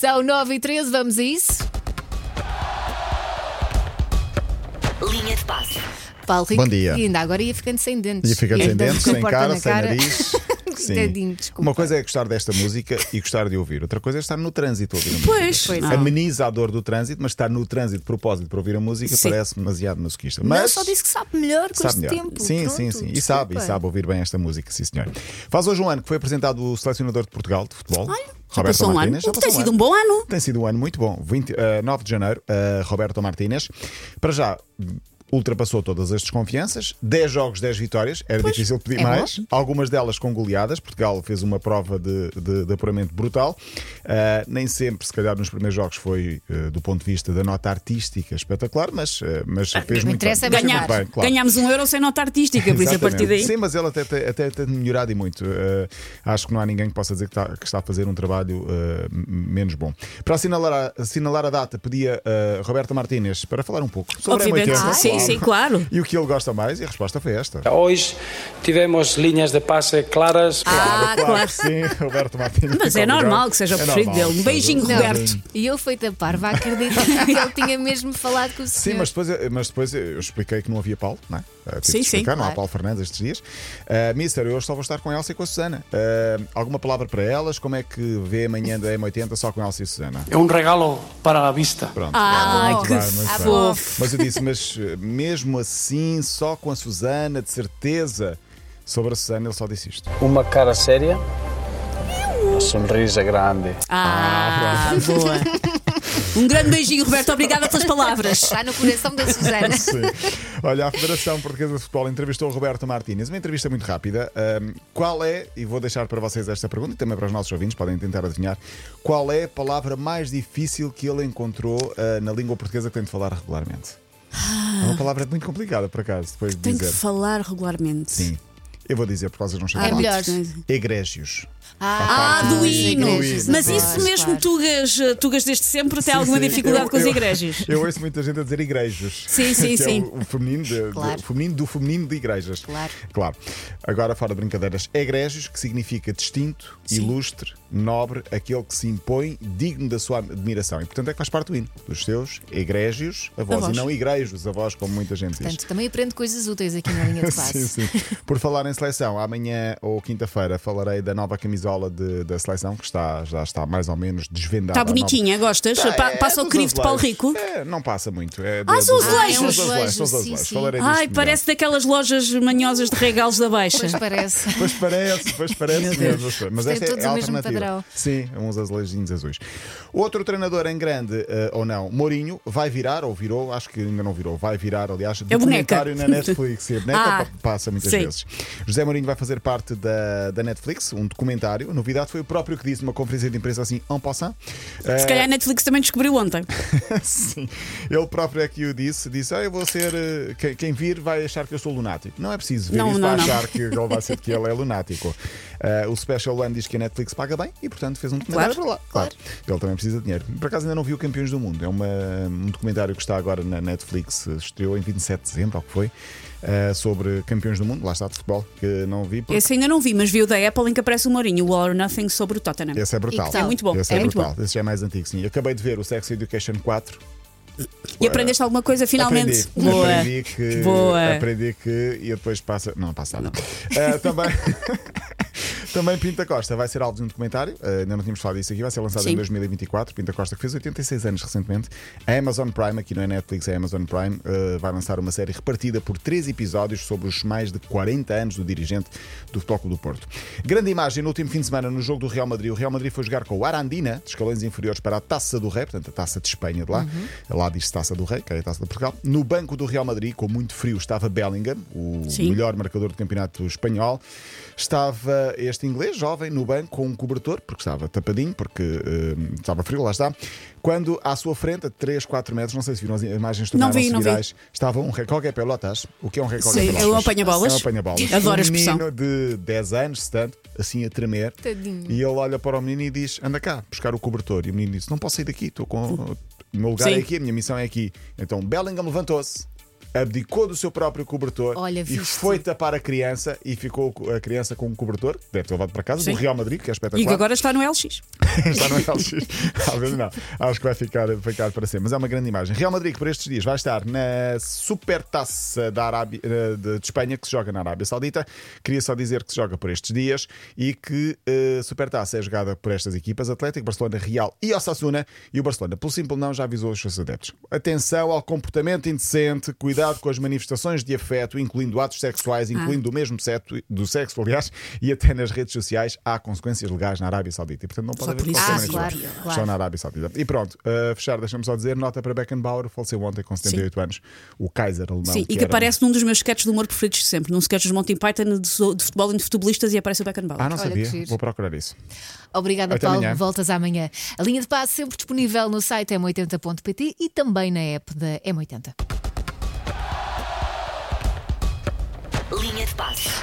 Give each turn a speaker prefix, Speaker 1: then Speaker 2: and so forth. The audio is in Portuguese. Speaker 1: São 9 e 13, vamos a isso?
Speaker 2: Linha de passe.
Speaker 1: Paulo Rico,
Speaker 3: Bom dia.
Speaker 1: E ainda agora ia ficando sem dentes.
Speaker 3: E fica
Speaker 1: Ia
Speaker 3: sem
Speaker 1: ficando
Speaker 3: dentes,
Speaker 1: com a
Speaker 3: sem
Speaker 1: porta
Speaker 3: cara,
Speaker 1: na
Speaker 3: sem nariz. Sim.
Speaker 1: Tadinho, desculpa.
Speaker 3: Uma coisa é gostar desta música e gostar de ouvir. Outra coisa é estar no trânsito a ouvir a música.
Speaker 4: Pois.
Speaker 1: Pois.
Speaker 3: Ameniza a dor do trânsito, mas estar no trânsito de propósito para ouvir a música
Speaker 4: Sim.
Speaker 3: parece demasiado masoquista.
Speaker 4: Mas...
Speaker 3: Mas
Speaker 4: Não, só disse que sabe melhor com este
Speaker 3: sabe melhor.
Speaker 4: tempo.
Speaker 3: Sim,
Speaker 4: Pronto,
Speaker 3: sim, sim. E
Speaker 4: desculpa.
Speaker 3: sabe, e sabe ouvir bem esta música, sim, senhor. Faz hoje um ano que foi apresentado o selecionador de Portugal de futebol.
Speaker 4: Olha, já
Speaker 3: Roberto
Speaker 4: passou um ano.
Speaker 3: Martínez. Já
Speaker 4: Tem
Speaker 3: passou
Speaker 4: sido um bom ano.
Speaker 3: Tem sido um ano muito bom. 20, eh, 9 de janeiro, eh, Roberto Martínez. Para já. Ultrapassou todas as desconfianças, 10 jogos, 10 vitórias, era difícil pedir
Speaker 1: é
Speaker 3: mais. Algumas delas com goleadas, Portugal fez uma prova de, de- de apuramento brutal. Eh, nem sempre, se calhar, nos primeiros jogos foi, eh, do ponto de vista da nota artística, espetacular, mas, eh, mas fez
Speaker 1: Ah, não
Speaker 3: muito bem.
Speaker 1: interessa,
Speaker 3: Mas fez
Speaker 1: ganhar.
Speaker 3: muito bem, claro.
Speaker 4: Ganhámos um euro sem nota artística, por isso é a
Speaker 3: Exatamente.
Speaker 4: partir daí.
Speaker 3: Sim, mas ele até, até, até tem melhorado e muito. Eh, acho que não há ninguém que possa dizer que está, que está a fazer um trabalho eh, m- menos bom. Para assinalar a, assinalar a data, pedia a Roberta Martínez para falar um pouco sobre
Speaker 4: Obviamente.
Speaker 3: a M80.
Speaker 4: Ah, sim, sim, claro.
Speaker 3: E o que ele gosta mais, e a resposta foi esta.
Speaker 5: Hoje tivemos linhas de passe claras.
Speaker 4: Ah,
Speaker 3: que sim, Roberto Martínez.
Speaker 4: Mas é
Speaker 3: Muito
Speaker 4: normal
Speaker 3: obrigado.
Speaker 4: que seja o preferido
Speaker 3: normal.
Speaker 4: dele. Um beijinho,
Speaker 3: Seja-
Speaker 4: Roberto.
Speaker 1: E eu fui tapar, vá acreditar que ele tinha mesmo falado com o
Speaker 3: Sim,
Speaker 1: senhor.
Speaker 3: mas depois, mas depois eu expliquei que não havia Paulo, não é? Ah, tive
Speaker 4: Sim,
Speaker 3: de explicar,
Speaker 4: sim,
Speaker 3: não
Speaker 1: claro.
Speaker 3: há Paulo Fernandes estes dias. Ah, Mister, eu hoje só vou estar com a Elsa e com a Susana. Ah, alguma palavra para elas? Como é que vê amanhã da M80 só com a Elsa e a Susana?
Speaker 5: É um regalo para a vista.
Speaker 3: Pronto.
Speaker 4: Ah,
Speaker 3: muito
Speaker 4: que
Speaker 3: bem, muito bem.
Speaker 4: fofo.
Speaker 3: Mas eu disse, mas eh, mesmo assim, só com a Susana, de certeza. Sobre a Susana, ele só disse isto.
Speaker 6: Uma cara séria, uma sonrisa grande.
Speaker 4: Ah, boa. Um grande beijinho, Roberto. Obrigada pelas palavras.
Speaker 1: Está no coração da Susana.
Speaker 3: Sim. Olha, a Federação Portuguesa de Futebol entrevistou o Roberto Martínez. Uma entrevista muito rápida. Ahm, qual é, e vou deixar para vocês esta pergunta e também para os nossos ouvintes, podem tentar adivinhar, qual é a palavra mais difícil que ele encontrou ah, na língua portuguesa que tem de falar regularmente? É uma palavra muito complicada, por acaso, depois de
Speaker 4: Tenho que
Speaker 3: dizer.
Speaker 4: falar regularmente.
Speaker 3: Sim. Eu vou dizer, porque vocês não
Speaker 1: Ah,
Speaker 3: sabem
Speaker 1: é
Speaker 3: lá.
Speaker 1: melhor.
Speaker 3: Egrégios.
Speaker 4: Ah,
Speaker 3: Ah,
Speaker 4: do
Speaker 3: sim,
Speaker 4: hino.
Speaker 3: do hino,
Speaker 4: Mas
Speaker 3: claro,
Speaker 4: isso mesmo, tugas, eh, tugas desde sempre, tem
Speaker 3: Sim,
Speaker 4: alguma
Speaker 3: sim.
Speaker 4: dificuldade
Speaker 3: Eu-
Speaker 4: com as
Speaker 3: eu- Tá,
Speaker 4: igrejas?
Speaker 3: Eu ouço muita gente a dizer igrejos.
Speaker 4: Sim, sim,
Speaker 3: que
Speaker 4: sim.
Speaker 3: É o, o feminino, de- de-
Speaker 1: Claro.
Speaker 3: feminino do feminino de igrejas.
Speaker 1: Claro.
Speaker 3: Claro. Agora, fora de brincadeiras, egrégios, que significa distinto, ilustre, nobre, aquele que se impõe, digno da sua admiração. E, portanto, é que faz parte do hino. Dos seus egrégios, avós.
Speaker 4: Avós.
Speaker 3: E não igrejos, avós, como muita gente diz.
Speaker 1: Portanto, é também aprendo coisas úteis aqui na linha de
Speaker 3: Sim,
Speaker 1: passe.
Speaker 3: sim. Por falar em seleção, amanhã ou quinta-feira falarei da nova camisola de- da seleção, que está, já está mais ou menos desvendada.
Speaker 4: Está
Speaker 3: a nova-
Speaker 4: Tá bonitinha, gostas? Pa-
Speaker 3: tá, é,
Speaker 4: passa o
Speaker 3: dos
Speaker 4: crivo de Paulo
Speaker 3: azulejos.
Speaker 4: Rico.
Speaker 3: É, não passa muito. É
Speaker 4: Ah,
Speaker 3: dos
Speaker 4: são
Speaker 3: azulejos.
Speaker 4: azulejos.
Speaker 3: São os azulejos, são os
Speaker 1: Sim,
Speaker 3: azulejos.
Speaker 1: sim.
Speaker 3: Falarei
Speaker 4: Ai,
Speaker 3: disto melhor.
Speaker 4: parece daquelas lojas manhosas de regalos da Baixa.
Speaker 1: Pois parece.
Speaker 3: Pois parece, pois parece mesmo. Mas
Speaker 1: Tem
Speaker 3: esta
Speaker 1: todos
Speaker 3: é a
Speaker 1: o mesmo
Speaker 3: alternativa.
Speaker 1: padrão.
Speaker 3: Sim, uns azulejinhos azuis. Outro treinador em grande, eh, ou não, Mourinho, vai virar, ou virou, acho que ainda não virou, vai virar, aliás,
Speaker 4: É a boneca.
Speaker 3: documentário na Netflix. Sim, a boneca
Speaker 4: Ah,
Speaker 3: pa- passa muitas
Speaker 4: sim.
Speaker 3: vezes. José Mourinho vai fazer parte da, da Netflix, um documentário. A novidade foi o próprio que disse numa conferência de imprensa assim, en passant. Eh,
Speaker 4: Se calhar a Netflix também descobriu ontem.
Speaker 3: Sim. Ele próprio é que o disse: disse, ah, eu vou ser. eh, Quem, quem vir vai achar que eu sou lunático. Não é preciso ver
Speaker 4: Não,
Speaker 3: isso
Speaker 4: não,
Speaker 3: para
Speaker 4: não.
Speaker 3: achar que ele vai ser que ele é lunático. Ah, o Special One diz que a Netflix paga bem e, portanto, fez um documentário
Speaker 4: Claro,
Speaker 3: para lá. Ele também precisa de dinheiro. Por acaso ainda não viu Campeões do Mundo. É uma- um documentário que está agora na Netflix, eh, estreou em 27 de dezembro, ou que foi, ah, sobre campeões do mundo, lá está de futebol, que não vi. Porque...
Speaker 4: Esse ainda não vi, mas vi o da Apple em que aparece o Mourinho, o All or Nothing sobre o Tottenham.
Speaker 3: Esse é brutal.
Speaker 1: E que tal? É
Speaker 4: muito bom,
Speaker 3: Esse
Speaker 4: é
Speaker 3: é,
Speaker 4: muito
Speaker 3: brutal. Esse já é mais antigo, sim. Eu acabei de ver o Sex Education 4.
Speaker 4: E aprendeste alguma coisa finalmente?
Speaker 3: Aprendi,
Speaker 4: Boa.
Speaker 3: aprendi que.
Speaker 4: Boa.
Speaker 3: Aprendi que. E depois passa. Não, passa nada. Ah, também. Também Pinta Costa vai ser alvo de um documentário, ah, ainda não tínhamos falado disso aqui, vai ser lançado
Speaker 4: Sim.
Speaker 3: em 2024. Pinta Costa, que fez 86 anos recentemente. A Amazon Prime, aqui não é Netflix, é Amazon Prime, ah, vai lançar uma série repartida por três episódios sobre os mais de 40 anos do dirigente do Futebol Clube do Porto. Grande imagem no último fim de semana no jogo do Real Madrid. O Real Madrid foi jogar com o Arandina, de escalões inferiores, para a Taça do Rei, portanto a Taça de Espanha de lá.
Speaker 4: Uhum.
Speaker 3: Lá diz Taça do Rei, que é a Taça de Portugal. No banco do Real Madrid, com muito frio, estava Bellingham, o
Speaker 4: Sim.
Speaker 3: melhor melhor marcador do campeonato espanhol. Estava este inglês, jovem, no banco, com um cobertor, porque estava tapadinho, porque eh, estava frio, lá está. Quando à sua frente, a 3, 4 metros, não sei se viram as imagens
Speaker 4: Não vi,
Speaker 3: tornaram-se
Speaker 4: não vi.
Speaker 3: virais, estava um recogue pelotas. O que é um recogue
Speaker 4: Sim,
Speaker 3: pelotas?
Speaker 4: é um apanha-bolas.
Speaker 3: É um apanha-bolas.
Speaker 4: Adoro a
Speaker 3: um
Speaker 4: expressão.
Speaker 3: menino de 10 anos, se tanto, assim a tremer.
Speaker 1: Tadinho.
Speaker 3: E ele olha para o menino e diz: anda cá, buscar o cobertor. E o menino diz: não posso sair daqui, estou com. O meu lugar
Speaker 4: Sim.
Speaker 3: é aqui, a minha missão é aqui. Então Bellingham levantou-se abdicou do seu próprio cobertor
Speaker 1: Olha,
Speaker 3: e
Speaker 1: viste.
Speaker 3: foi tapar a criança e ficou co- a criança com um cobertor, que deve ter levado para casa,
Speaker 4: Sim.
Speaker 3: do Real Madrid, que é espetacular.
Speaker 4: E que agora está no LX.
Speaker 3: Está no LX. Talvez é? não. Acho que vai ficar, vai ficar para sempre. Mas é uma grande imagem. Real Madrid, que por estes dias vai estar na Supertaça da Arábia, eh, de, de Espanha, que se joga na Arábia Saudita. Queria só dizer que se joga por estes dias e que eh, Supertaça é jogada por estas equipas: Atlético, Barcelona, Real e Osasuna. E o Barcelona, pelo simples não, já avisou os seus adeptos. Atenção ao comportamento indecente, cuidado com as manifestações de afeto, incluindo atos sexuais, incluindo do mesmo sexo, do sexo, aliás, e até nas redes sociais há consequências legais na Arábia Saudita. E, portanto, não pode
Speaker 4: Só
Speaker 3: haver
Speaker 4: por isso. é
Speaker 3: qualquer
Speaker 1: Ah,
Speaker 3: manifestação.
Speaker 1: claro, claro.
Speaker 3: Só na Arábia Saudita. E pronto, uh, fechar, deixamos só dizer, nota para Beckenbauer, faleceu ontem com 78 anos, o Kaiser alemão.
Speaker 4: Sim, e que
Speaker 3: era- um-
Speaker 4: aparece num dos meus sketches de humor preferidos de sempre, num sketch dos Monty Python de, so- de futebol e de futebolistas e aparece o Beckenbauer.
Speaker 3: Ah, não
Speaker 1: que
Speaker 3: sabia.
Speaker 1: giro.
Speaker 3: Vou procurar isso.
Speaker 1: Obrigada,
Speaker 3: Até
Speaker 1: Paulo.
Speaker 3: amanhã.
Speaker 1: Voltas amanhã. A linha de passe sempre disponível no site m80.pt e também na app da M80.
Speaker 2: Linha de passe.